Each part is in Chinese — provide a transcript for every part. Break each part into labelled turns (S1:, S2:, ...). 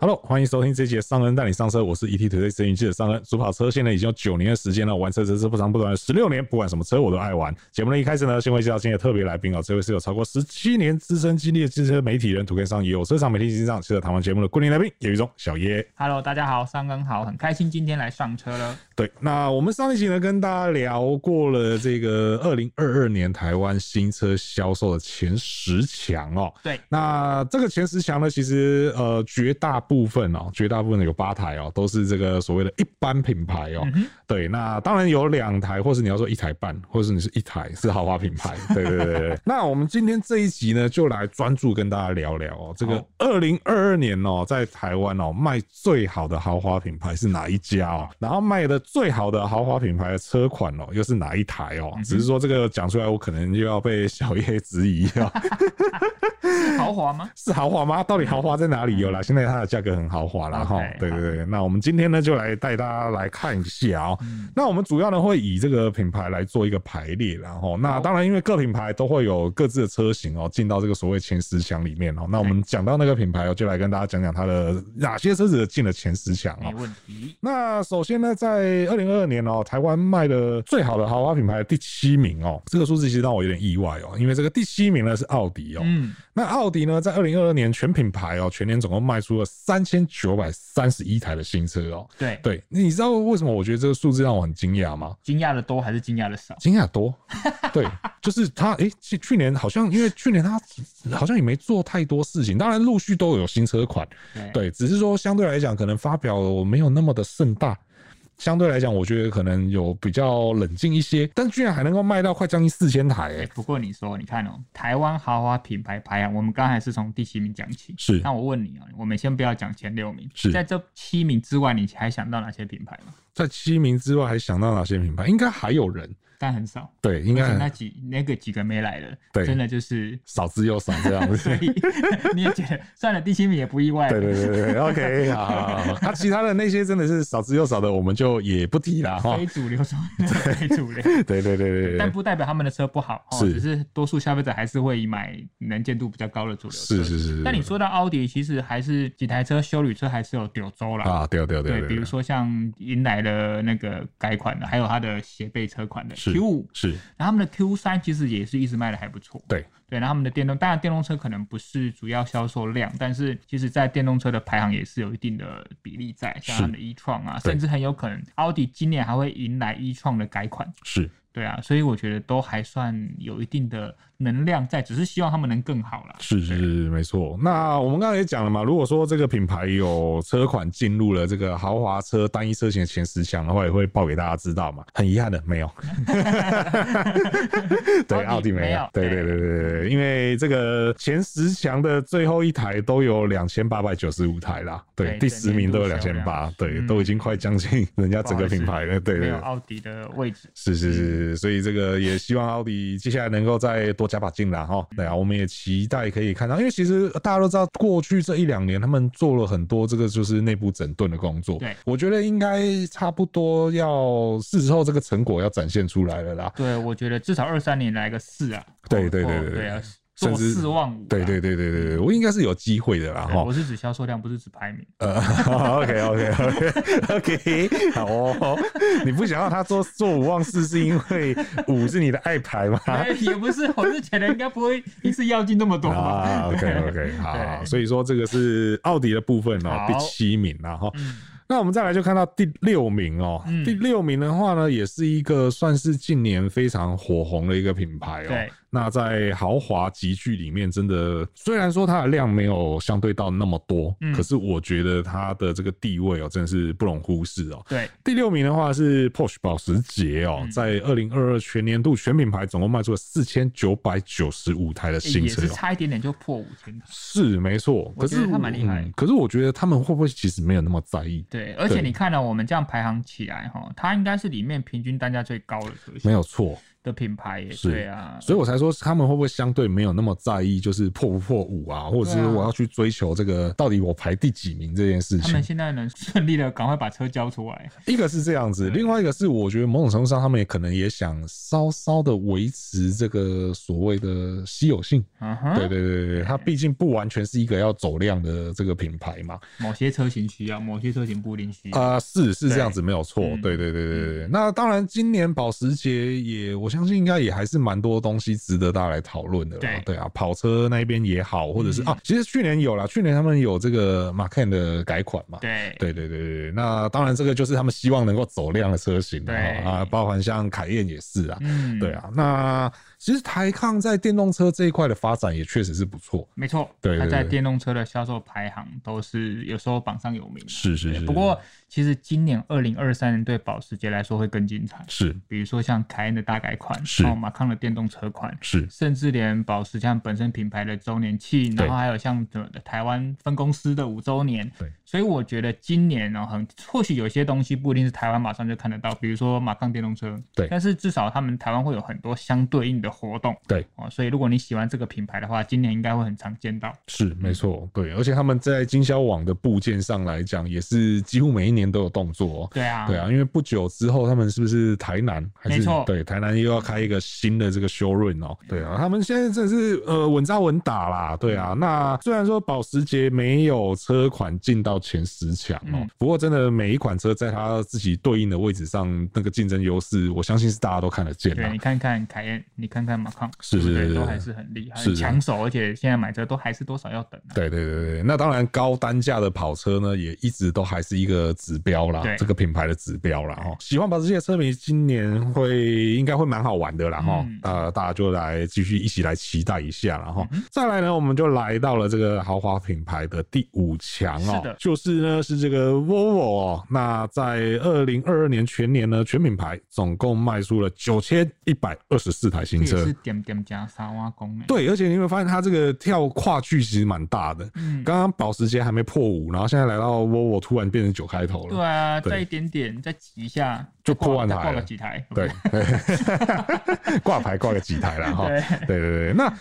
S1: Hello，欢迎收听这一集的上恩带你上车，我是 E ET 腿 o 摄影记者上恩。主跑车现在已经有九年的时间了，玩车真是不长不短，十六年，不管什么车我都爱玩。节目的一开始呢，先会介绍今天的特别来宾哦，这位是有超过十七年资深经历的汽车媒体人，图片上也有车厂媒体经上，汽车谈完节目的固定来宾叶宇中小叶。
S2: Hello，大家好，三更好，很开心今天来上车了。
S1: 对，那我们上一集呢跟大家聊过了这个二零二二年台湾新车销售的前十强哦。
S2: 对，
S1: 那这个前十强呢，其实呃绝大部分哦，绝大部分有八台哦，都是这个所谓的一般品牌哦。对，那当然有两台，或是你要说一台半，或是你是一台是豪华品牌。对对对对对。那我们今天这一集呢，就来专注跟大家聊聊哦，这个
S2: 好
S1: 二零二二年哦，在台湾哦卖最好的豪华品牌是哪一家哦？然后卖的最好的豪华品牌的车款哦，又是哪一台哦？只是说这个讲出来，我可能又要被小叶 质疑哦。
S2: 是豪 华吗？
S1: 是豪华吗？到底豪华在哪里？有啦，现在它的价格很豪华啦。哈。
S2: 嗯 OK，
S1: 对对对，那我们今天呢就来带大家来看一下哦、
S2: 嗯
S1: 那我们主要呢会以这个品牌来做一个排列啦，然后那
S2: 好
S1: 当然因为各品牌都会有各自的车型哦、进到这个所谓前十强里面哦、那我们讲到那个品牌哦、就来跟大家讲讲它的哪些车子进了前十强哦、
S2: 没问题。
S1: 那首先呢，在二零二二年哦，台湾卖的最好的豪华品牌第七名哦，这个数字其实让我有点意外哦，因为这个第七名呢是奥迪哦，
S2: 嗯，
S1: 那奥迪呢，在二零二二年全品牌哦，全年总共卖出了三千九百三十一台的新车哦。
S2: 对，
S1: 对，你知道为什么我觉得这个数字让我很惊讶吗？
S2: 惊讶的多还是惊讶的少？
S1: 惊讶多，对，就是他，诶、去去年好像因为去年他好像也没做太多事情，当然陆续都有新车款，
S2: 对，
S1: 对，只是说相对来讲，可能发表没有那么的盛大。相对来讲，我觉得可能有比较冷静一些，但居然还能够卖到快将近四千台、诶
S2: 哎不过你说，你看哦，台湾豪华品牌排行，我们刚才是从第七名讲起。
S1: 是
S2: 那我问你哦，我们先不要讲前六名，
S1: 是
S2: 在这七名之外，你还想到哪些品牌吗？
S1: 在七名之外，还想到哪些品牌？应该还有人，
S2: 但很少，
S1: 对，应
S2: 而
S1: 该
S2: 且那几那个几个没来的，
S1: 对
S2: 真的就是，
S1: 少之又少这样子
S2: 所。以 你也觉得算了，第七名也不意外。
S1: 对对对对对，OK，好 好好。那、其他的那些真的是少之又少的，我们就也不提啦哈
S2: 非。主流中的非主流。
S1: 对对对对
S2: 但
S1: 对，
S2: 不代表他们的车不好，哦、
S1: 是
S2: 只是多数消费者还是会买能见度比较高的主流车。
S1: 是是是。
S2: 但你说到奥迪，其实还是几台车修旅车还是有柳州啦。
S1: 啊，对对对
S2: 比如说像迎来了那个改款的，还有它的斜背车款的
S1: 是
S2: Q 五，
S1: 是，
S2: 然后他们的 Q 三其实也是一直卖的还不错。
S1: 对
S2: 对，然后他们的电动，当然电动车可能不是主要销售量，但是其实在电动车的排行也是有一定的比例在，像他们的一创啊，
S1: 对
S2: 甚至很有可能奥迪今年还会迎来一创的改款。
S1: 是
S2: 对啊，所以我觉得都还算有一定的能量在，只是希望他们能更好啦。
S1: 是是是，没错。那我们刚才也讲了嘛，如果说这个品牌有车款进入了这个豪华车单一车型的前十强的话，也会报给大家知道嘛。很遗憾的，没有。 对，奥
S2: 奥
S1: 迪
S2: 迪
S1: 没
S2: 没
S1: 有
S2: 有。
S1: 对对对对对，因为这个前十强的最后一台都有两千八百九十五台啦，对，
S2: 对
S1: 第十名都有
S2: 整
S1: 两
S2: 年度
S1: 千
S2: 销
S1: 八
S2: 量，
S1: 对，
S2: 嗯
S1: 都已经快将近人家整个品牌了。对
S2: 没
S1: 对
S2: 有
S1: 对。
S2: 奥迪的位置，
S1: 是是是，所以这个也希望奥迪接下来能够再多加把劲啦哈。
S2: 嗯
S1: 对啊，我们也期待可以看到，因为其实呃大家都知道，过去这一两年他们做了很多这个就是内部整顿的工作。
S2: 对，
S1: 我觉得应该差不多要是时候这个成果要展现出来了啦。
S2: 对我觉得至少二三年来个四啊。
S1: 对
S2: 哦
S1: 对对
S2: 哦
S1: 对对
S2: 对啊，
S1: 甚
S2: 做
S1: 至
S2: 四万五啊。
S1: 对对哦对对对对，我应该是有机会的啦
S2: 对
S1: 哈
S2: 我。是指销售量，不是指排 名。
S1: 呃，OK OK OK OK，好 哦。你不想要他做做五忘四，是因为五是你的爱牌吗？
S2: 哎也不是，我是觉得应该不会一次要进这么多吧。
S1: 啊，OK OK，好
S2: 对
S1: 好，所以说这个是奥迪的部分哦，
S2: 好
S1: 第七名然后
S2: 嗯
S1: 那我们再来就看到第六名哦，
S2: 嗯
S1: 第六名的话呢，也是一个算是近年非常火红的一个品牌哦
S2: 对。
S1: 那在豪华集聚里面，真的虽然说它的量没有相对到那么多，
S2: 嗯
S1: 可是我觉得它的这个地位哦，真的是不容忽视哦。
S2: 对，
S1: 第六名的话是 Porsche 保时捷哦，
S2: 嗯
S1: 在二零二二全年度全品牌总共卖出了四千九百九十五台的
S2: 哎
S1: 新
S2: 也
S1: 车、
S2: 是
S1: 哦。
S2: 差一点点就破五千台。
S1: 是没错，可
S2: 我觉
S1: 是
S2: 得他蛮厉害
S1: 嗯可是我觉得他们会不会其实没有那么在意？
S2: 对，而且啊
S1: 对
S2: 你看到我们这样排行起来哈，它应该是里面平均单价最高的车型
S1: 没。有错，
S2: 的品牌耶，
S1: 是
S2: 对啊，
S1: 所以我才说他们会不会相对没有那么在意，就是破不破五啊，或者是
S2: 对啊
S1: 我要去追求这个到底我排第几名这件事
S2: 他
S1: 情
S2: 们。现在能顺利的赶快把车交出来，
S1: 一个是这样子，
S2: 对
S1: 另外一个是我觉得某种程度上他们也可能也想稍稍的维持这个所谓的稀有性。
S2: 嗯哼，
S1: 对对对对，它毕竟不完全是一个要走量的这个品牌嘛。
S2: 某些车型需要，某些车型不一定需要。
S1: 啊、是是这样
S2: 对
S1: 子，没有错。
S2: 嗯
S1: 对对对对对对。那当然，今年保时捷也，我相信应该也还是蛮多东西值得大家来讨论的啦。
S2: 对
S1: 啊，跑车那边也好，或者是、
S2: 嗯
S1: 啊，其实去年有啦，去年他们有这个马 can 的改款嘛。
S2: 对
S1: 对对对对对，那当然这个就是他们希望能够走量的车型啊
S2: 对
S1: 啊，包含像凯宴也是啊，
S2: 嗯，
S1: 对，啊。那其实台抗在电动车这一块的发展也确实是不错，
S2: 没错，
S1: 对对
S2: 它在
S1: 对
S2: 电动车的销售排行都是有时候榜上有名。
S1: 是是
S2: 对
S1: 是
S2: 不过其实今年二零二三年对保时捷来说会更精彩，
S1: 是
S2: 比如说像凯恩的大改款，
S1: 是
S2: 然后马康的电动车款。
S1: 是
S2: 甚至连保时捷他们本身品牌的周年庆，
S1: 对
S2: 然后还有像呃台湾分公司的五周年，
S1: 对，
S2: 所以我觉得今年呢，很或许有些东西不一定是台湾马上就看得到，比如说马康电动车，
S1: 对
S2: 但是至少他们台湾会有很多相对应的活动，
S1: 对
S2: 哦，所以如果你喜欢这个品牌的话，今年应该会很常见到，
S1: 是没错，对，而且他们在经销网的部件上来讲，也是几乎每一年都有动作、哦。
S2: 对啊，
S1: 对啊，因为不久之后他们是不是台南还是
S2: 没错
S1: 对台南又要开一个新的这个 showroom 哦？对啊，他们现在真的是呃稳扎稳打啦。对
S2: 嗯
S1: 啊，那虽然说保时捷没有车款进到前十强哦，
S2: 嗯
S1: 不过真的每一款车在它自己对应的位置上，那个竞争优势，我相信是大家都看得见的
S2: 对，。你看看凯宴，你看看马康，
S1: 是
S2: 对不
S1: 是是
S2: 对，
S1: 是
S2: 都还是很厉害，
S1: 是
S2: 很抢手，而且现在买车都还是多少要等啊。
S1: 对对对对，那当然高单价的跑车呢，也一直都还是一个指标啦
S2: 对，
S1: 这个品牌的指标啦。哦，喜欢保时捷的车迷今年会应该会蛮好玩的啦哈
S2: 嗯，
S1: 呃，大家就来继续一起来期待一下啦哈。再来呢，我们就来到了这个豪华品牌的第五强哦，
S2: 是的
S1: 就是呢是这个 Volvo 哦，那在二零二二年全年呢，全品牌总共卖出了九千一百二十四台新
S2: 这
S1: 车，
S2: 也是点点加沙挖工欸，
S1: 对，而且你会发现它这个跳跨距其实蛮大的。
S2: 嗯
S1: 刚刚保时捷还没破五，然后现在来到 Volvo 突然变成九开头
S2: 对
S1: 了。
S2: 啊，
S1: 对
S2: 再一点点，再挤一下，
S1: 就
S2: 挂
S1: 破万
S2: 再
S1: 台
S2: 挂
S1: 了
S2: 个几台，
S1: 对， 挂牌挂个几台了哈。
S2: 对
S1: 对对对，那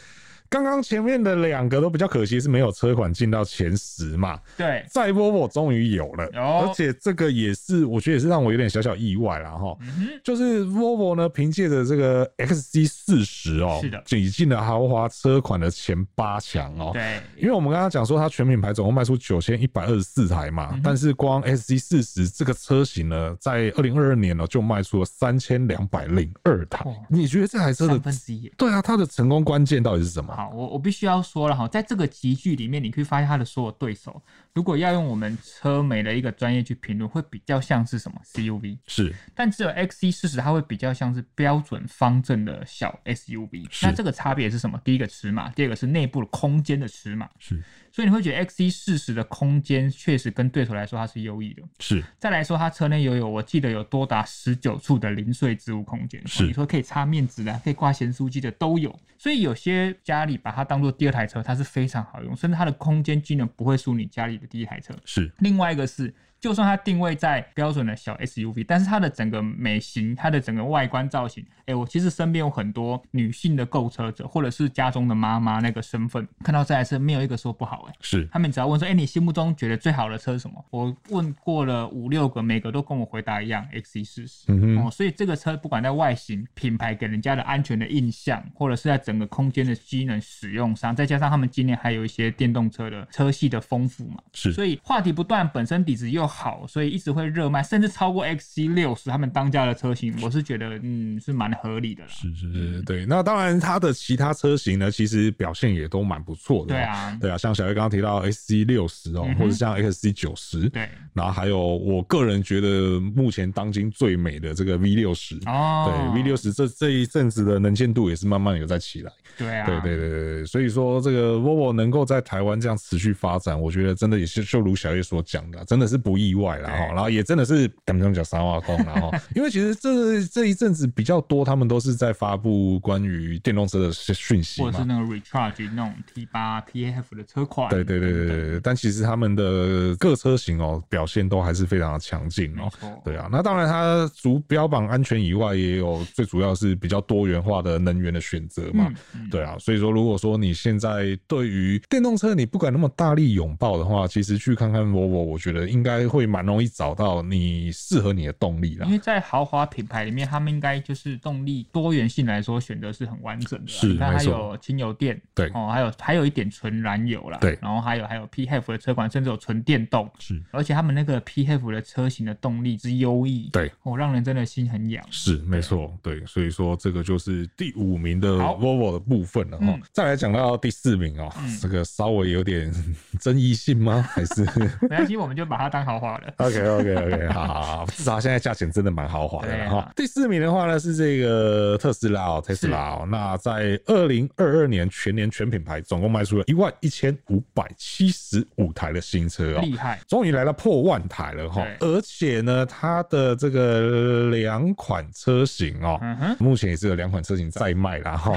S1: 刚刚前面的两个都比较可惜，是没有车款进到前十嘛。
S2: 对，
S1: 在 Volvo 终于有了，
S2: 有
S1: 而且这个也是我觉得也是让我有点小小意外啦哈。
S2: 嗯哼，
S1: 就是 Volvo 呢，凭借着这个 XC 四十哦，
S2: 是的
S1: 挤进了豪华车款的前八强哦。
S2: 对，
S1: 因为我们刚刚讲说，它全品牌总共卖出九千一百二十四台嘛，
S2: 嗯哼
S1: 但是光 S C 四十这个车型呢，在二零二二年呢就卖出了三千两百零二台
S2: 哇。
S1: 你觉得这台车
S2: 哦三
S1: 的
S2: 分之一。
S1: 对啊，它的成功关键到底是什么？
S2: 好，我我必须要说了哈，在这个集聚里面，你可以发现它的所有对手，如果要用我们车媒的一个专业去评论，会比较像是什么 CUV，
S1: 是
S2: 但只有 XC 四十它会比较像是标准方正的小 SUV。
S1: 是
S2: 那这个差别是什么？第一个尺码，第二个是内部的空间的尺码。
S1: 是
S2: 所以你会觉得 XC 四十的空间确实跟对手来说它是优异的。
S1: 是
S2: 再来说，它车内又有我记得有多达十九处的零碎置物空间，哦
S1: 是
S2: 你说可以插面纸的，啊可以挂咸酥鸡的都有。所以有些家里把它当做第二台车，它是非常好用，甚至它的空间机能不会输你家里的第一台车。
S1: 是
S2: 另外一个是，就算它定位在标准的小 SUV，但是它的整个美型、它的整个外观造型，哎、我其实身边有很多女性的购车者，或者是家中的妈妈那个身份，看到这台车没有一个说不好、哎。
S1: 是
S2: 他们只要问说：“哎、你心目中觉得最好的车是什么？”我问过了五六个，每个都跟我回答一样，XC 四十。
S1: 嗯哼
S2: 哦，所以这个车不管在外形、品牌给人家的安全的印象，或者是在整个空间的机能使用上，再加上他们今年还有一些电动车的车系的丰富嘛，
S1: 是
S2: 所以话题不断，本身底子又好，所以一直会热卖，甚至超过 XC 六十他们当家的车型，我是觉得嗯是蛮合理的啦。
S1: 是是是，对。那当然，它的其他车型呢，其实表现也都蛮不错的。
S2: 对。啊，
S1: 对啊，像小月刚刚提到 S C 六十哦
S2: 嗯，哼
S1: 或者像 X C 九十，
S2: 对
S1: 然后还有我个人觉得目前当今最美的这个 V 六十。
S2: 哦，
S1: 对 V 六十这这一阵子的能见度也是慢慢有在起来，
S2: 对啊，
S1: 对对对对对，所以说这个 Volvo 能够在台湾这样持续发展，我觉得真的也是就如小叶所讲的啊，真的是不意外了哈。
S2: 对
S1: 然后也真的是感觉讲三话空了哈，哦 因为其实这这一阵子比较多，他们都是在发布关于电动车的讯息
S2: 或者是
S1: 嘛。
S2: 那个 recharge 那种 T 八 PF 的车款，
S1: 对对对对对对，但其实他们的各车型哦、表现都还是非常的强劲哦
S2: 没。错，
S1: 对啊，那当然，它除标榜安全以外，也有最主要是比较多元化的能源的选择嘛。
S2: 嗯，嗯，
S1: 对啊，所以说如果说你现在对于电动车你不敢那么大力拥抱的话，其实去看看 Volvo，我觉得应该会蛮容易找到你适合你的动力啦
S2: 因。为在豪华品牌里面，他们应该就是动力多元性来说选择是很完整的啦。
S1: 是
S2: 你看
S1: 没
S2: 它
S1: 错
S2: 有轻油电，
S1: 对
S2: 哦，还有还有一点纯燃油啦，
S1: 对
S2: 然后还有还有 PHEV 的车款，甚至有纯电动，
S1: 是
S2: 而且他们那个 PHEV 的车型的动力之优异，
S1: 对，
S2: 哦，让人真的心很痒。
S1: 是，没错，对，所以说这个就是第五名的
S2: 好
S1: Volvo 的部分了哈
S2: 嗯。
S1: 再来讲到第四名哦
S2: 嗯，
S1: 这个稍微有点 争议性吗？还是
S2: 没关系，我们就把它当豪华 了。
S1: OK OK OK，好好好，至少现在价钱真的蛮豪华的
S2: 对
S1: 啦
S2: 啊
S1: 哈、第四名的话呢是这个特斯拉哦，特斯拉哦，那在二零二二年全年全品牌总共卖出了一万一千五百七十五台的新车哦。
S2: 厉害，
S1: 终于来到破万台了哈，
S2: 对
S1: 而且呢，它的这个两款车型哦，
S2: 嗯哼，
S1: 目前也是有两款车型在卖啦 哈。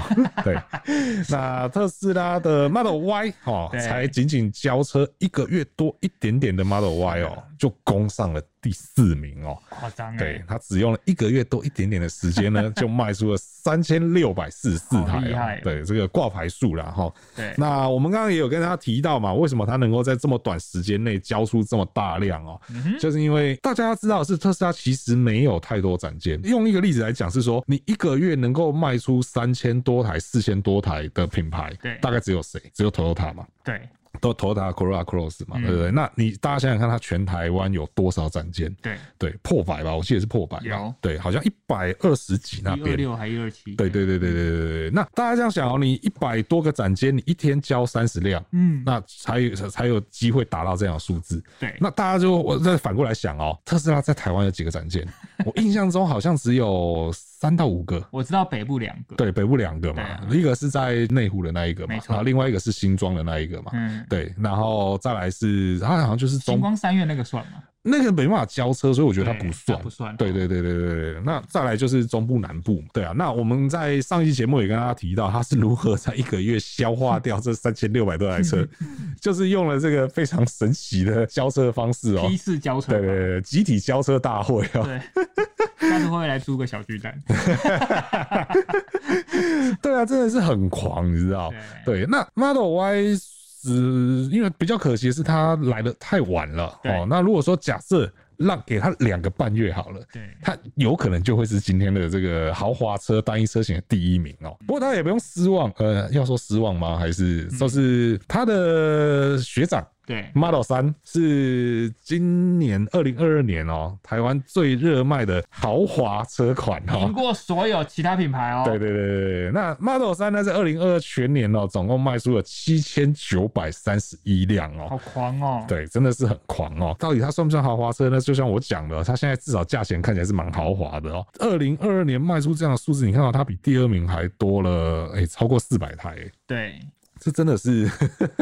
S1: 对，那特斯拉的 Model Y 哈，
S2: 对
S1: 才仅仅交车一个月多一点点的 Model Y 哦，就攻上了第四名哦。
S2: 夸张
S1: 对
S2: 哎，，
S1: 它只用了一个月多一点点的时间 呢，就卖出了三千六百四十四台
S2: 好厉害
S1: 哦
S2: 哦。
S1: 对，这个挂牌数啦哈。
S2: 对，
S1: 那我们刚刚也有跟他提到嘛，为什么他能够在这么短时间内交出这么大量哦？
S2: 嗯哼，
S1: 就是因为大家知道的是特斯拉其实没有太多展间。用一个例子来讲，是说你一个月能够卖出三千多台、四千多台的品牌，
S2: 对
S1: 大概只有谁？只有 Toyota 嘛，
S2: 对
S1: 都 Toyota Corolla Cross 嘛，
S2: 嗯
S1: 对不对？那你大家想想看，它全台湾有多少展间？
S2: 对，
S1: 对，破百吧，我记得是破百吧，
S2: 有
S1: 对，好像一百二十几那
S2: 一二
S1: 边。
S2: 六还一二七，
S1: 对对对对对对对对，那大家这样想哦，你一百多个展间，你一天交三十辆，
S2: 嗯，
S1: 那才有才有机会达到这样的数字。
S2: 对，
S1: 那大家就我再反过来想哦，特斯拉在台湾有几个展 件？我印象中好像只有三到五个。
S2: 我知道北部两个，
S1: 对，北部两个嘛，
S2: 对啊
S1: 一个是在内湖的那一个嘛
S2: 没，错
S1: 然后另外一个是新庄的那一个嘛。
S2: 嗯，
S1: 对，然后再来是，它好像就是
S2: 星
S1: 中
S2: 光三月那个算吗？
S1: 那个没办法交车，所以我觉得它
S2: 对
S1: 不算
S2: 它。不算，
S1: 对对对对对对对，那再来就是中部南部，对啊，那我们在上一期节目也跟大家提到，它是如何在一个月消 化掉这三千六百多台车，就是用了这个非常神奇的交车方式哦，
S2: 批次交车，
S1: 对对对，集体交车大会 哦、
S2: 对，下次会不会来租个小巨蛋？
S1: 对啊，真的是很狂，你知道？
S2: 对
S1: 对，那 Model Y 是因为比较可惜的是它来的太晚了
S2: 对
S1: 哦。那如果说假设让给它两个半月好了。
S2: 对，
S1: 它有可能就会是今天的这个豪华车单一车型的第一名哦。不过大家也不用失望，呃，要说失望吗？还是就是它的学长
S2: 对，
S1: Model 三是今年二零二二年哦，台湾最热卖的豪华车款
S2: 赢
S1: 哦。
S2: 过所有其他品牌哦。
S1: 对对对对对，那 Model 三呢，在二零二二全年哦，总共卖出了七千九百三十一辆
S2: 好
S1: 哦。
S2: 狂哦。
S1: 对，真的是很狂哦！到底它算不算豪华车呢？就像我讲的，它现在至少价钱看起来是蛮豪华的哦。二零二二年卖出这样的数字，你看到它比第二名还多了，哎、超过四百台、哎
S2: 对
S1: 这真的是，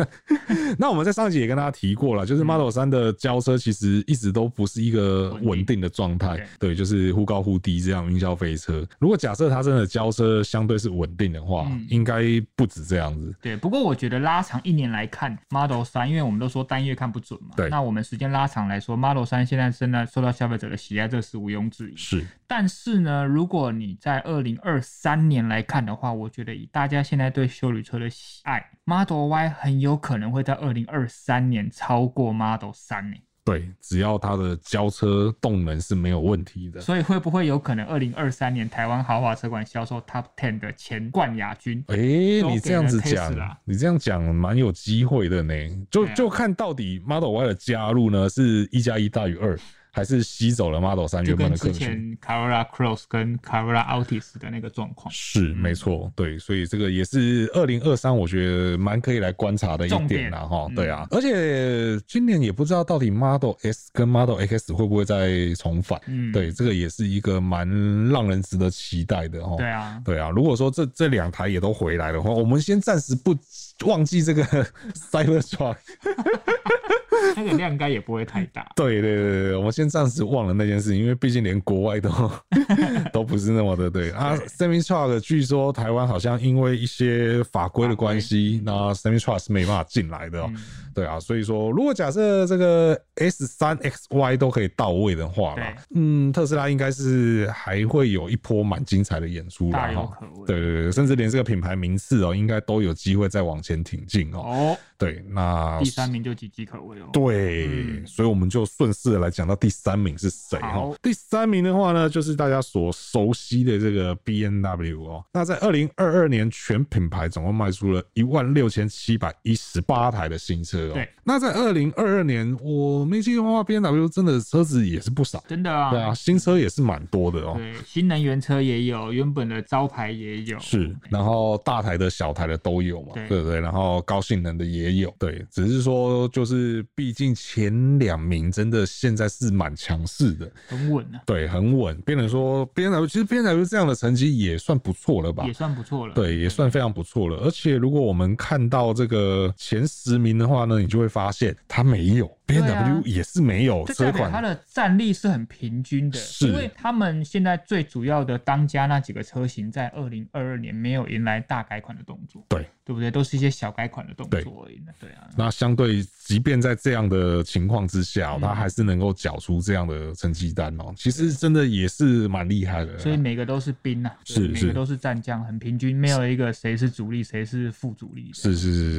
S1: 那我们在上一集也跟大家提过了，就是 Model 三的交车其实一直都不是一个稳定的状态
S2: 定，
S1: 对，就是忽高忽低这样云霄飞车。如果假设它真的交车相对是稳定的话，
S2: 嗯
S1: 应该不止这样子。
S2: 对，不过我觉得拉长一年来看 Model 三，因为我们都说单月看不准嘛。
S1: 对
S2: 那我们时间拉长来说，Model 三现在真的受到消费者的喜爱，这是毋庸置疑。
S1: 是，
S2: 但是呢，如果你在二零二三年来看的话，我觉得以大家现在对修旅车的喜爱，Model Y 很有可能会在二零二三年超过 Model 三呢、
S1: 对，只要它的交车动能是没有问题的。
S2: 所以会不会有可能二零二三年台湾豪华车款销售 Top Ten 的前冠亚军？
S1: 哎、
S2: 都
S1: 你
S2: 给
S1: 这样
S2: 了
S1: 子讲
S2: Tesla，
S1: 你这样讲蛮有机会的呢。就
S2: 对啊
S1: 就看到底 Model Y 的加入呢，是一加一大于二，还是吸走了 Model 三
S2: 就
S1: 原本的
S2: 跟
S1: 客
S2: 之
S1: 群？
S2: 前嗯 Corolla Cross 跟 Corolla Altis 的那个状况，
S1: 是，没错，对，所以这个也是二零二三，我觉得蛮可以来观察的一
S2: 重
S1: 点
S2: 点
S1: 啦，哈，
S2: 嗯
S1: 对啊，而且今年也不知道到底 Model S 跟 Model X 会不会再重返，
S2: 嗯，
S1: 对，这个也是一个蛮让人值得期待的哈。
S2: 对啊，
S1: 对啊，如果说这这两台也都回来 的话，我们先暂时不忘记这个 Cybertruck，
S2: 那个量应该也不会太大。
S1: 对对对对，我们先暂时忘了那件事，因为毕竟连国外都 都不是那么的对啊。Semi Truck 据说台湾好像因为一些法规的关系，那 Semi Truck 是没办法进来的、哦。对啊，所以说如果假设这个 S 三 XY 都可以到位的话啦
S2: 对，
S1: 嗯，特斯拉应该是还会有一波蛮精彩的演出啦
S2: 嗯大有
S1: 哈
S2: 可为。
S1: 对对对，甚至连这个品牌名次哦，应该都有机会再往前挺进哦。
S2: 哦，
S1: 对，那
S2: 第三名就岌岌可危哦。
S1: 对，
S2: 嗯
S1: 所以我们就顺势地来讲到第三名是谁哈
S2: 好。
S1: 第三名的话呢，就是大家所熟悉的这个 B N W 哦。那在二零二二年，全品牌总共卖出了一万六千七百一十八台的新车哦
S2: 对。
S1: 那在二零二二年，我没记错的话，B N W 真的车子也是不少，
S2: 真的啊，
S1: 对啊，新车也是蛮多的哦。
S2: 对，新能源车也有，原本的招牌也有，
S1: 是，然后大台的、小台的都有嘛，
S2: 哦对
S1: 对不对？然后高性能的也有，对，只是说就是毕竟前两名真的现在是蛮强势的，
S2: 很稳啊，
S1: 对，很稳。变成说 B N W 其实 B N W 这样的成绩也算不错了吧
S2: 也？算不错了。
S1: 对，也算非常不错了。而且如果我们看到这个前十名的话呢，你就会发现它没有 B
S2: 对
S1: N
S2: 啊
S1: W 也是没有
S2: 这
S1: 车
S2: 代表
S1: 款
S2: 它的战力是很平均的，
S1: 是
S2: 因为他们现在最主要的当家那几个车型，在二零二二年没有迎来大改款的动作，
S1: 对
S2: 对不对？都是一些小改款的动作而已呢。对啊，
S1: 那相对，即便在这样的情况之下哦，
S2: 嗯
S1: 他还是能够缴出这样的成绩单哦。其实真的也是蛮厉害的啦，
S2: 所以每个都是兵啊，对
S1: 是
S2: 每
S1: 是
S2: 个都是战将，很平均，没有一个谁是主力，谁是副主力的。
S1: 是是是是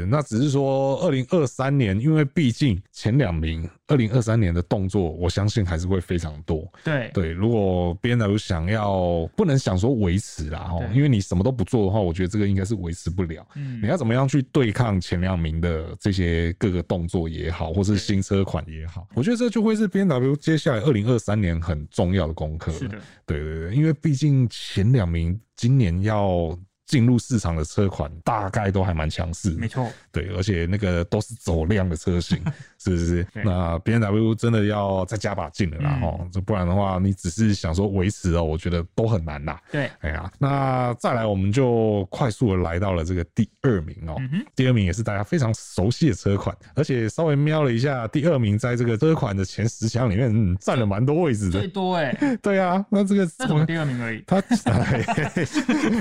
S1: 是。那只是说，二零二三年，因为毕竟前两名，二零二三年的动作，我相信还是会非常多。
S2: 对
S1: 对，如果 B N W 想要，不能想说维持啦哈，
S2: 对
S1: 因为你什么都不做的话，我觉得这个应该是维持不了。
S2: 嗯
S1: 你要怎么样去对抗前两名的这些各个动作也好，或是
S2: 对
S1: 新车款也好，我觉得这就会是 B N W 接下来二零二三年很重要的功课。
S2: 是 的，
S1: 对对对，因为毕竟前两名今年要。进入市场的车款大概都还蛮强势，
S2: 没错，
S1: 对，而且那个都是走量的车 型，是不是？
S2: 对
S1: 那 B N W 真的要再加把劲了啦，
S2: 嗯
S1: 吼、这不然的话，你只是想说维持哦，我觉得都很难啦。
S2: 对，
S1: 哎呀，那再来我们就快速的来到了这个第二名哦、
S2: 嗯哼，
S1: 第二名也是大家非常熟悉的车款，而且稍微瞄了一下，第二名在这个车款的前十强里面嗯占、了蛮多位置
S2: 最
S1: 的。
S2: 多 哎、
S1: 对啊，那这个
S2: 那 怎么第二名而已？
S1: 他哎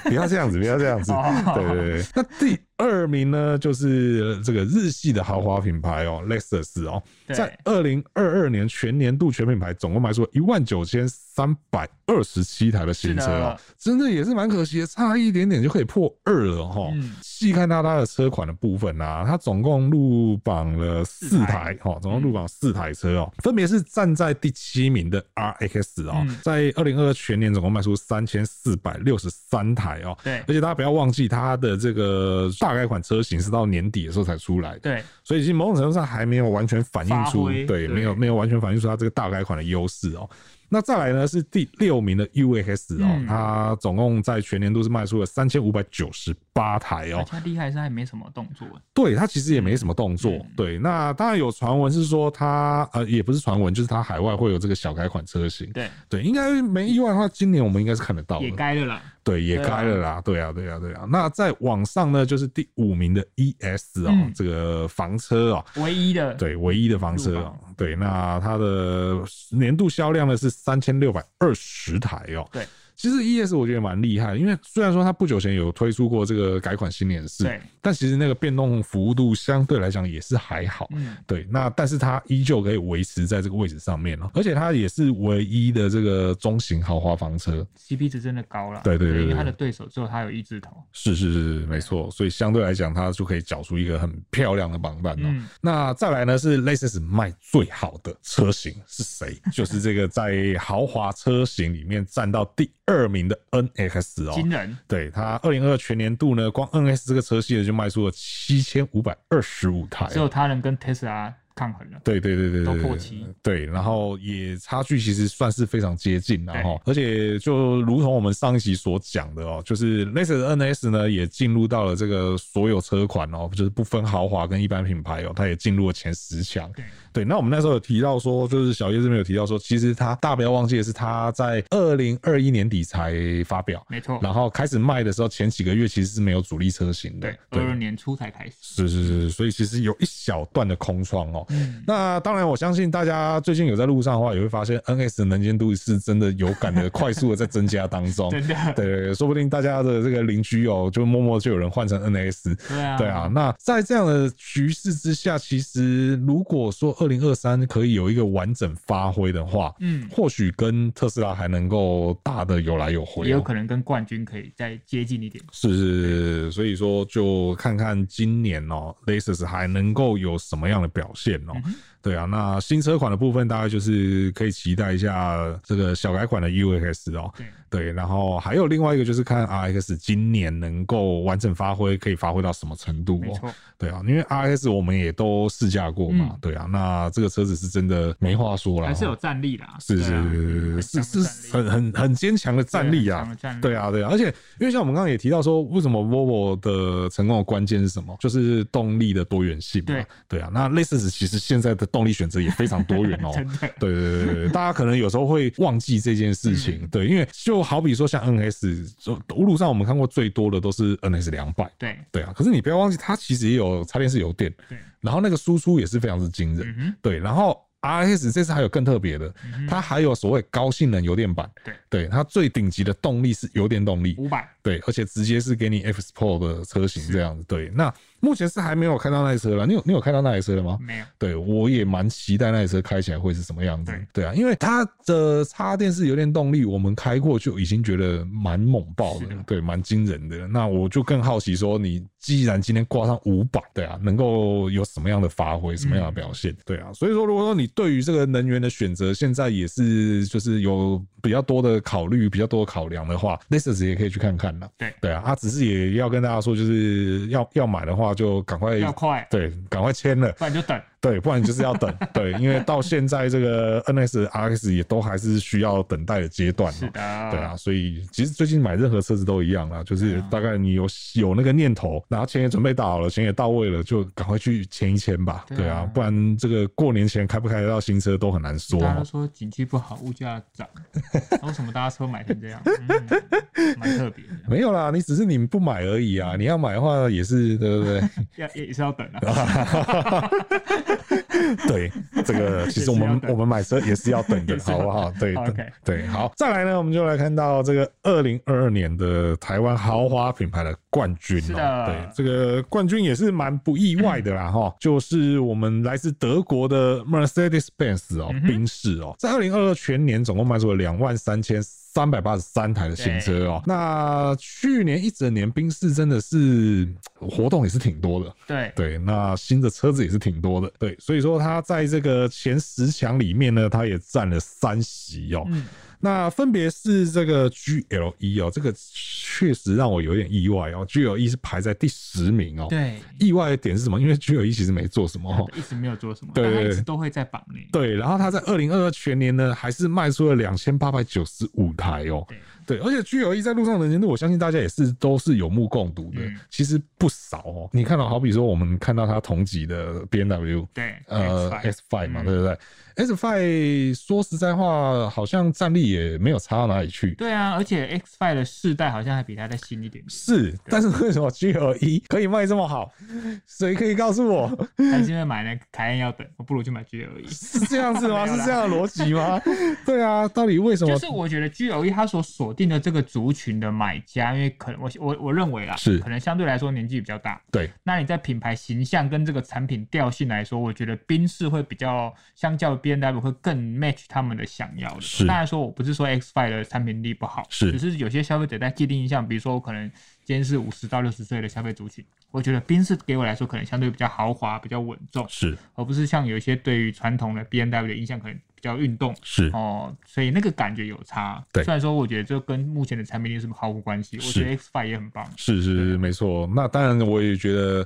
S1: 不要这样子，不要这样子。
S2: 哦
S1: 对对对，那第二名呢，就是这个日系的豪华品牌哦，Lexus 哦，
S2: 对
S1: 在二零二二年全年度全品牌总共卖出一万九千三百二十七台的新车
S2: 是
S1: 哦
S2: 的，
S1: 真的也是蛮可惜的，差一点点就可以破二了哈、
S2: 嗯
S1: 细看到它的车款的部分啊，它总共入榜了四
S2: 四
S1: 台
S2: 台嗯
S1: 哦，总共入榜四台车哦，分别是站在第七名的 RX 哦，
S2: 嗯
S1: 在二零二二全年总共卖出三千四百六十三台哦。
S2: 对
S1: 而且大家不要忘记，它的这个大改款车型是到年底的时候才出来的，
S2: 对，
S1: 所以其实某种程度上还没有完全反映
S2: 发
S1: 出，
S2: 挥
S1: 对，
S2: 对
S1: 没有没有完全反映出它这个大改款的优势哦。那再来呢是第六名的 UX 哦，
S2: 嗯
S1: 它总共在全年度是卖出了三千五百九十八台哦
S2: 而且，他厉害是还没什么动作、欸，
S1: 对，它其实也没什么动作。
S2: 嗯
S1: 对，那当然有传闻是说它呃也不是传闻，就是它海外会有这个小改款车型。
S2: 对，
S1: 对，应该没意外的话，今年我们应该是看得到的
S2: 也。该了啦，
S1: 对，也
S2: 对啊
S1: 该了啦，对啊，对啊，对啊。那在网上呢，就是第五名的 ES 哦，
S2: 嗯
S1: 这个房车哦，
S2: 唯一的，
S1: 对，唯一的房车
S2: 入
S1: 哦，对，那它的年度销量呢是三千六百二十台哦。
S2: 对，
S1: 其实 ES 我觉得蛮厉害的，因为虽然说它不久前有推出过这个改款新年式，
S2: 对，
S1: 但其实那个变动幅度相对来讲也是还好。
S2: 嗯，
S1: 对，那但是它依旧可以维持在这个位置上面哦，而且它也是唯一的这个中型豪华房车，
S2: CP 值真的高了，
S1: 对对对对
S2: 因为
S1: 对
S2: 他的对手只有他有一字头，
S1: 是是是是，没错，所以相对来讲，它就可以缴出一个很漂亮的榜单哦。
S2: 嗯
S1: 那再来呢，是 Lexus 卖最好的车型是谁？就是这个在豪华车型里面占到第二名的 NX
S2: 惊
S1: 哦。
S2: 人，
S1: 对它，二零二全年度呢，光 NS 这个车系呢就卖出了七千五百二十五台哦，
S2: 只有他能跟 Tesla 抗衡了，
S1: 对对对对对，
S2: 都破
S1: 对
S2: 七
S1: 对，然后也差距其实算是非常接近啦，然
S2: 对
S1: 后而且就如同我们上一集所讲的哦，就是 Lexus NS 呢也进入到了这个所有车款哦，就是不分豪华跟一般品牌哦，它也进入了前十强。
S2: 对，
S1: 对，那我们那时候有提到说，就是小叶这边有提到说，其实它大家不要忘记的是，它在二零二一年底才发表。
S2: 没错，
S1: 然后开始卖的时候，前几个月其实是没有主力车型的
S2: 对，，二二年初才开始，
S1: 是是是，所以其实有一小段的空窗哦。
S2: 嗯
S1: 那当然，我相信大家最近有在路上的话，也会发现 NS 的能见度是真的有感的快速的在增加当 中。
S2: 真的，
S1: 哦对对对，说不定大家的这个邻居哦，就默默就有人换成 NS。
S2: 对啊，
S1: 对啊，，那在这样的局势之下，其实如果说二零二三可以有一个完整发挥的话，
S2: 嗯，
S1: 或许跟特斯拉还能够大的有来有回、哦，
S2: 也有可能跟冠军可以再接近一点。
S1: 是是是是，所以说就看看今年哦、l e x u s 还能够有什么样的表现哦、
S2: 嗯哼
S1: 对啊，那新车款的部分大概就是可以期待一下这个小改款的 UX 哦、
S2: 对，
S1: 对，然后还有另外一个就是看 RX 今年能够完整发挥，可以发挥到什么程度
S2: 没
S1: 哦、
S2: 错，
S1: 对啊，因为 RX 我们也都试驾过嘛，
S2: 嗯
S1: 对啊，那这个车子是真的没话说了，
S2: 还是有战力啦。
S1: 是
S2: 对啊
S1: 是是是是
S2: 很强的战力
S1: 很很很坚强的战力啊
S2: 对很强的战，力
S1: 对啊对啊，而且因为像我们刚刚也提到说，为什么 Volvo 的成功的关键是什么？就是动力的多元性嘛，
S2: 对，
S1: 对啊，那 Lexus 其实现在的动力选择也非常多元哦
S2: 真的，
S1: 对对对对对，大家可能有时候会忘记这件事情，
S2: 嗯
S1: 对，因为就好比说像 NS，就路上我们看过最多的都是 NS 两百，
S2: 对
S1: 对啊，可是你不要忘记，它其实也有插电式油电，
S2: 对，
S1: 然后那个输出也是非常之惊人，
S2: 嗯哼，嗯
S1: 对，然后 RS 这次还有更特别的，它还有所谓高性能油电版，
S2: 对嗯
S1: 它最顶级的动力是油电动力，
S2: 五百，
S1: 对，而且直接是给你 F Sport 的车型这样子，对，那目前是还没有看到那台车了，你有你有看到那台车了吗？
S2: 没有，
S1: 对，我也蛮期待那台车开起来会是什么样子
S2: 对。
S1: 对啊，因为它的插电式油电动力，我们开过就已经觉得蛮猛爆的
S2: 是的，
S1: 对，蛮惊人的。那我就更好奇说，你既然今天挂上五百，对啊，能够有什么样的发挥，什么样的表
S2: 嗯
S1: 现？对啊，所以说，如果说你对于这个能源的选择，现在也是就是有比较多的考虑，比较多的考量的话，Lexus 也可以去看看啦。
S2: 对
S1: 对啊，啊，只是也要跟大家说，就是要要买的话，就赶快
S2: 要快，
S1: 对，赶快签了。
S2: 不然就等。
S1: 对，不然就是要等，对，因为到现在这 个 NS、RX 也都还是需要等待的阶段
S2: 是
S1: 嘛。
S2: 的，
S1: 对啊，，所以其实最近买任何车子都一样啦，就是
S2: 对啊
S1: 大概你有有那个念头，然后钱也准备到了，钱也到位了，就赶快去签一签吧。
S2: 对啊
S1: 对啊，不然这个过年前开不开得到新车都很难说
S2: 大家
S1: 哦
S2: 都。说景气不好，物价 涨，那为什么大家车买成这样？嗯蛮特别 的，
S1: 没有啦，你只是你不买而已啊，你要买的话也是对不对？
S2: 要也是要等啊。
S1: 对，这 个其实我们
S2: 也是要等
S1: 我们买车也是要等的
S2: 也，是要
S1: 好不好？对
S2: OK
S1: 对，好，再来呢，我们就来看到这个二零二二年的台湾豪华品牌的冠军
S2: 是
S1: 哦、
S2: 的
S1: 对，这个冠军也是蛮不意外的 啦，哈、就是我们来自德国的 Mercedes-Benz 哦、
S2: 嗯哼
S1: 宾士哦，在二零二二全年总共卖出了两万三千。三百八十三台的新车哦，那去年一整年，宾士真的是呃活动也是挺多的，
S2: 对，
S1: 对，那新的车子也是挺多的，对，所以说它在这个前十强里面呢，它也占了三席哦。
S2: 嗯，
S1: 那分别是这个 GLE 哦，这个确实让我有点意外哦，GLE 是排在第十名哦。
S2: 对，
S1: 意外的点是什么？因为 GLE 其实没做什么、哦。
S2: 一直没有做什么，
S1: 对
S2: 但他
S1: 对
S2: 一
S1: 对
S2: 直都会在榜内。
S1: 对，然后它在二零二二全年呢，还是卖出了两千八百九十五台哦。对，
S2: 对，
S1: 而且 G L E 在路上的能见度，我相信大家也是都是有目共睹的，
S2: 嗯
S1: 其实不少哦。你看到、好比说我们看到它同级的 B N W，
S2: 对
S1: 呃
S2: X5
S1: S Five 嘛，
S2: 嗯
S1: 对不对？S Five 说实在话，好像战力也没有差到哪里去。
S2: 对啊，而且 X Five 的世代好像还比它再新一点点，
S1: 是，但是为什么 G L E 可以卖这么好？谁可以告诉我
S2: 还是因为买那个凯恩要等，我不如去买 G E 而已。
S1: 是这样子吗？
S2: 没有
S1: 是
S2: 啦
S1: 这样的逻辑吗？对啊，到底为什么？
S2: 就是我觉得 G L E 它所锁定的这个族群的买家，因为可能我我我认为啦，
S1: 是
S2: 可能相对来说年纪比较大，
S1: 对，
S2: 那你在品牌形象跟这个产品调性来说，我觉得宾士会比较相较 B N W 会更 match 他们的想要的。
S1: 是
S2: 当然说我不是说 X Five 的产品力不好，
S1: 是
S2: 只是有些消费者在既定印象，比如说我可能今天是五十到六十岁的消费族群，我觉得宾士给我来说可能相对比较豪华、比较稳重，
S1: 是
S2: 而不是像有一些对于传统的 B N W 的印象可能比较运动。
S1: 是
S2: 哦，所以那个感觉有差。
S1: 对
S2: 虽然说我觉得这跟目前的产品力是毫无关系，我
S1: 是
S2: 觉得 X Five 也很棒。
S1: 是是
S2: 啊
S1: 是，没错。那当然，我也觉得，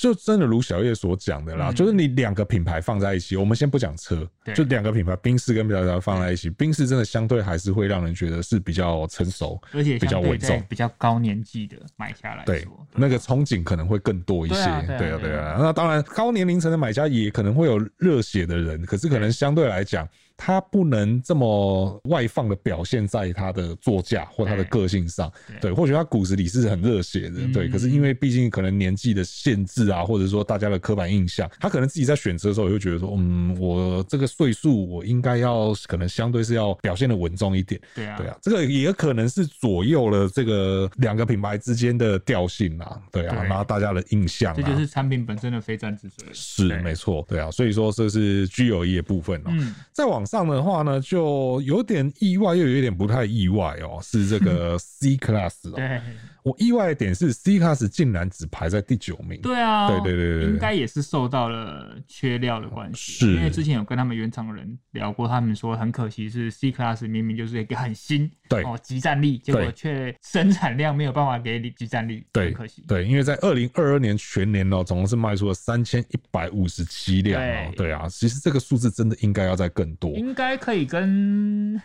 S1: 就真的如小叶所讲的啦，
S2: 嗯
S1: 就是你两个品牌放在一起，我们先不讲车
S2: 对，
S1: 就两个品牌，宾士跟比亚迪放在一起，宾士真的相对还是会让人觉得是比较成熟，
S2: 而且
S1: 比较
S2: 相对
S1: 稳
S2: 在
S1: 重。
S2: 比较高年纪的买下来
S1: 对
S2: 说，，啊
S1: 那个憧憬可能会更多一些
S2: 对啊。对
S1: 对
S2: 啊
S1: 啊，
S2: 对啊
S1: 对啊。那当然，高年龄层的买家也可能会有热血的人，可是可能相对来讲，它不能这么外放的表现在它的座驾或它的个性上。
S2: 对嗯
S1: 对，或许他骨子里是很热血的，对。可是因为毕竟可能年纪的限制啊，或者说大家的刻板印象，他可能自己在选择的时候也会觉得说，嗯，我这个岁数，我应该要可能相对是要表现的稳重一点。
S2: 对啊，
S1: 对啊，这个也可能是左右了这个两个品牌之间的调性啊，对啊，
S2: 对
S1: 然后大家的印象
S2: 这
S1: 啊，
S2: 就是产品本身的非战之罪。
S1: 是
S2: 对
S1: 没错，对啊，所以说这是 G 友谊的部分哦、
S2: 嗯，
S1: 再往上的话呢，就有点意外，又有点不太意外哦、是这 个 C Class 哦、
S2: 对
S1: 我意外的点是 C Class 竟然只排在第九名。
S2: 对啊，
S1: 对对对对对
S2: 应该也是受到了缺料的关系，
S1: 是
S2: 因为之前有跟他们原厂人聊过，他们说很可惜是 C Class 明明就是一个很新，
S1: 对
S2: 哦，集战力，结果
S1: 对
S2: 却生产量没有办法给你集战力，
S1: 对
S2: 很可惜。
S1: 对，因为在二零二二年全年哦、总共是卖出了三千一百五十七辆哦。
S2: 对
S1: 对啊，其实这个数字真的应该要再更多，
S2: 应该可以跟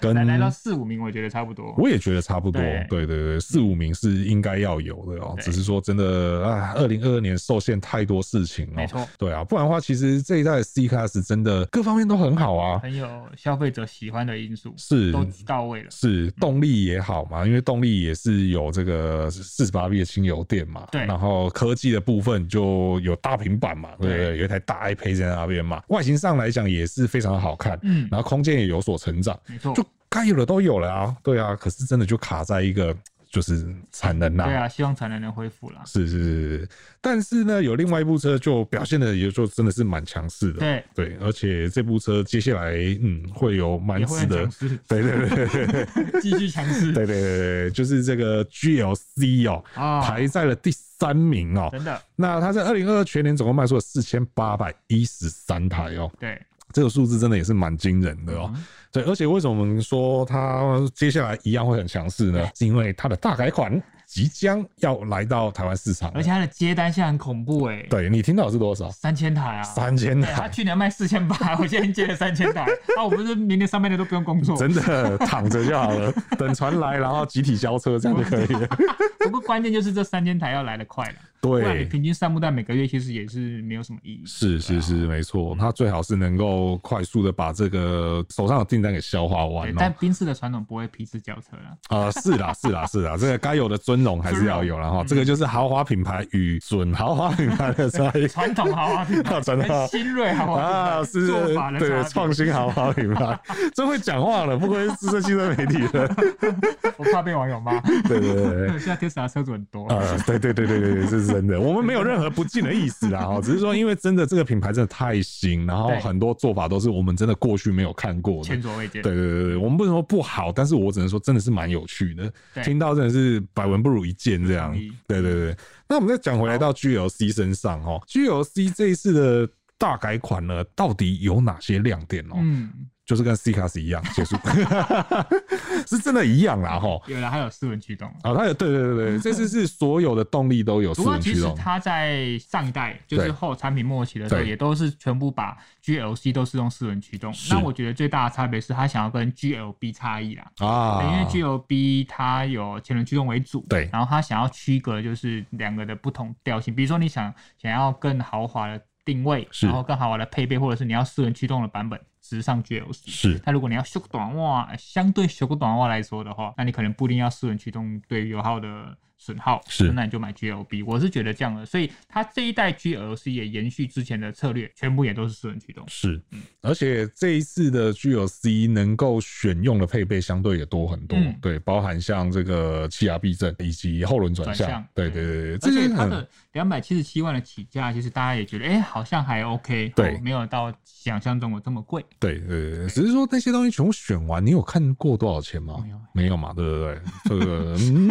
S1: 跟
S2: 来来到四五名，我觉得差不多。
S1: 我也觉得差不多。
S2: 对
S1: 对对对，四五名是应该要有的哦、
S2: 对
S1: 只是说真的啊，二零二二年受限太多事情哦、
S2: 没错，
S1: 对啊，不然的话，其实这一代的 C Class 真的各方面都很好啊。
S2: 很有消费者喜欢的因素，
S1: 是
S2: 哎都到位了。
S1: 是动力也好嘛，因为动力也是有这个四十八 V 的轻油电嘛，
S2: 对
S1: 然后科技的部分就有大平板嘛，对不对？
S2: 对
S1: 有一台大 iPad 在那边嘛，外形上来讲也是非常好看，
S2: 嗯
S1: 然后空间也有所成长，
S2: 没错，
S1: 就该有的都有了啊，对啊，可是真的就卡在一个就是产能呐、
S2: 对啊，希望产能能恢复啦。
S1: 是是是是，但是呢，有另外一部车就表现的也就真的是蛮强势的，
S2: 对，
S1: 对，而且这部车接下来嗯会有蛮
S2: 也会
S1: 值
S2: 很
S1: 得
S2: 强。势，
S1: 对对对对对，
S2: 继续强势。
S1: 对对对对，就是这个 GLC 哦，
S2: 啊
S1: 排在了第三名哦。
S2: 真的，
S1: 那它在二零二二全年总共卖出了四千八百一十三台哦，
S2: 对，
S1: 这个数字真的也是蛮惊人的哦。
S2: 嗯
S1: 对，而且为什么我们说它接下来一样会很强势呢？是因为它的大改款即将要来到台湾市场了，
S2: 而且它的接单现在很恐怖哎、
S1: 对你听到的是多少？
S2: 三千台啊，
S1: 三千
S2: 哎他
S1: 台。
S2: 去年卖四千八， 我现在接了三 千台，啊，我不是明年上半年都不用工作。
S1: 真的躺着就好了， 等船来，然后集体交车，这样就可以 了。
S2: 不过关键就是这三千台要来的快了，不然你啊
S1: 对，
S2: 平均散步在每个月其实也是没有什么意义。
S1: 是是是，没错，他最好是能够快速的把这个手上的订单给消化完
S2: 对，
S1: 哦。
S2: 但宾士的传统不会批次轿车啦，
S1: 啊、是啦，是啦，是啦，这个该有的尊荣还是要有啦。
S2: 嗯
S1: 哈。这个就是豪华品牌与准豪华品牌的差异
S2: 传统豪 华品牌，
S1: 传统
S2: 跟新锐豪华品牌
S1: 啊，是
S2: 做法的差
S1: 对
S2: 别
S1: 创新豪华品牌，真会讲话了，不愧是资深汽车媒体人。
S2: 我怕被网友骂。
S1: 对对对对。
S2: 现在 Tesla 车主很多，
S1: 呃，对对对对对对，这是真的。我们没有任何不敬的意思啦，哈，只是说，因为真的这个品牌真的太新，然后
S2: 对
S1: 很多做法都是我们真的过去没有看过的，
S2: 前所未见。
S1: 对对对对，我们不能说不好，但是我只能说真的是蛮有趣的，
S2: 对
S1: 听到真的是百闻不如一见这样
S2: 同意。
S1: 对对对，那我们再讲回来到 GLC 身上哦，GLC 这一次的大改款呢，到底有哪些亮点哦？
S2: 嗯，
S1: 就是跟 C 卡 s 一样，结束， 是真的一样啦哈。
S2: 有了，还有四轮驱动。
S1: 啊，它有对对 对对，这次是所有的动力都有四
S2: 不过
S1: 轮
S2: 其
S1: 驱
S2: 实
S1: 动，
S2: 它在上一代就是后产品末期的时候，
S1: 对
S2: 也都是全部把 GLC 都是用四轮驱动。
S1: 是
S2: 那我觉得最大的差别是它想要跟 GLB 差异啦。
S1: 啊，
S2: 对因为 GLB 它有前轮驱动为主，
S1: 对
S2: 然后它想要区隔就是两个的不同调性，比如说你想想要更豪华的定位，
S1: 是
S2: 然后更豪华的配备，或者是你要四轮驱动的版本，直上 GLC。
S1: 是
S2: 那如果你要修个短袜，呃相对修个短袜来说的话，那你可能不一定要四轮驱动对油耗的损耗，
S1: 是
S2: 那你就买 GLB。我是觉得这样的，所以它这一代 GLC 也延续之前的策略，全部也都是四轮驱动。
S1: 是，而且这一次的 GLC 能够选用的配备相对也多很多，
S2: 嗯
S1: 对，包含像这个气压避震以及后轮转
S2: 转
S1: 向
S2: 向，
S1: 对对
S2: 对
S1: 对对，
S2: 而
S1: 这些
S2: 且它
S1: 很
S2: 的两百七十七万的起价，其实大家也觉得，哎、好像还 OK，
S1: 对
S2: 哦没有到想象中的这么贵。
S1: 对对对，对只是说那些东西全部选完，你有看过多少钱吗？
S2: 没有欸
S1: 没有嘛，对不对？这个嗯。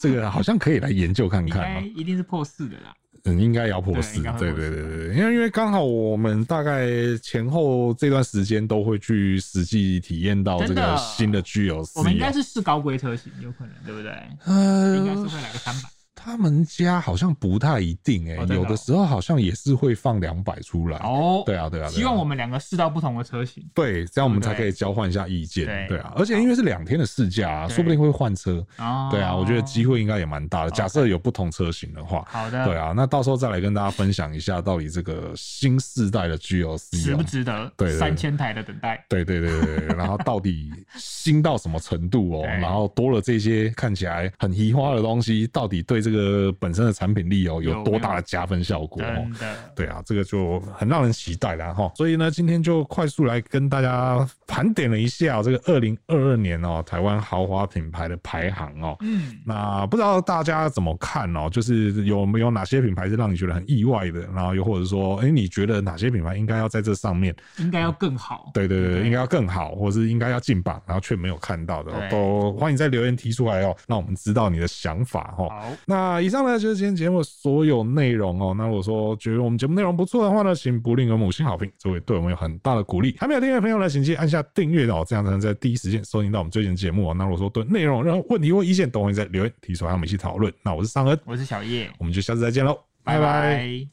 S1: 这个好像可以来研究看
S2: 应
S1: 看
S2: 该
S1: 啊，
S2: 一定是破四的啦，
S1: 嗯，应该也要破
S2: 对
S1: 四
S2: 应该，会
S1: 对
S2: 破
S1: 对
S2: 四
S1: 对对，因为因为刚好我们大概前后这段时间都会去实际体验到这
S2: 真
S1: 个
S2: 的
S1: 新的 GLC，
S2: 我们应
S1: 哦
S2: 该是试高规车型，有可能，对不对？
S1: 呃，
S2: 应该是会来个三百，
S1: 他们家好像不太一定哎、
S2: 哦真的哦
S1: 有的时候好像也是会放两百出来。
S2: 哦，
S1: 对啊，对啊，对啊
S2: 希望我们两个试到不同的车型。
S1: 对，这样我们才
S2: 对
S1: 可以交换一下意见。
S2: 对
S1: 对啊，而且因为是两天的试驾、啊，
S2: 对
S1: 说不定会换车。
S2: 哦，
S1: 对啊，我觉得机会应该也蛮大的。假
S2: OK 嗯
S1: 设有不同车型的话，
S2: 好的，
S1: 对，啊，那到时候再来跟大家分享一下，到底这个新世代的 GLC
S2: 值
S1: 哦、
S2: 不值得
S1: 对对对
S2: 三千台的等待？
S1: 对对对对对，然后到底新到什么程度哦？
S2: 对
S1: 然后多了这些看起来很移花的东西，到底对这个本身的产品力哦有
S2: 有
S1: 多大的加分效果哦
S2: 真？的，
S1: 对啊，这个就很让人期待啦哈。所以呢，今天就快速来跟大家盘点了一下、哦这个二零二二年哦台湾豪华品牌的排行哦。
S2: 嗯，
S1: 那不知道大家怎么看哦？就是有没有哪些品牌是让你觉得很意外的？然后又或者说，哎、你觉得哪些品牌应该要在这上面？
S2: 应该要更好。
S1: 对对对，
S2: 对
S1: 应该要更好，或是应该要进榜，然后却没有看到的哦，
S2: 对
S1: 都欢迎在留言提出来哦，让我们知道你的想法哦。
S2: 好，
S1: 那以上呢就是今天节目的所有内容哦。那如果说觉得我们节目内容不错的话呢，请不吝给我们五星好评，这会对我们有很大的鼓励。还没有订阅的朋友呢，请记得按下订阅哦，这样才能在第一时间收听到我们最新的节目哦。那如果说对内容有任何问题或意见，都欢迎在留言提出来，让我们一起讨论。那我是尚恩，
S2: 我是小叶，
S1: 我们就下次再见喽，拜拜
S2: 拜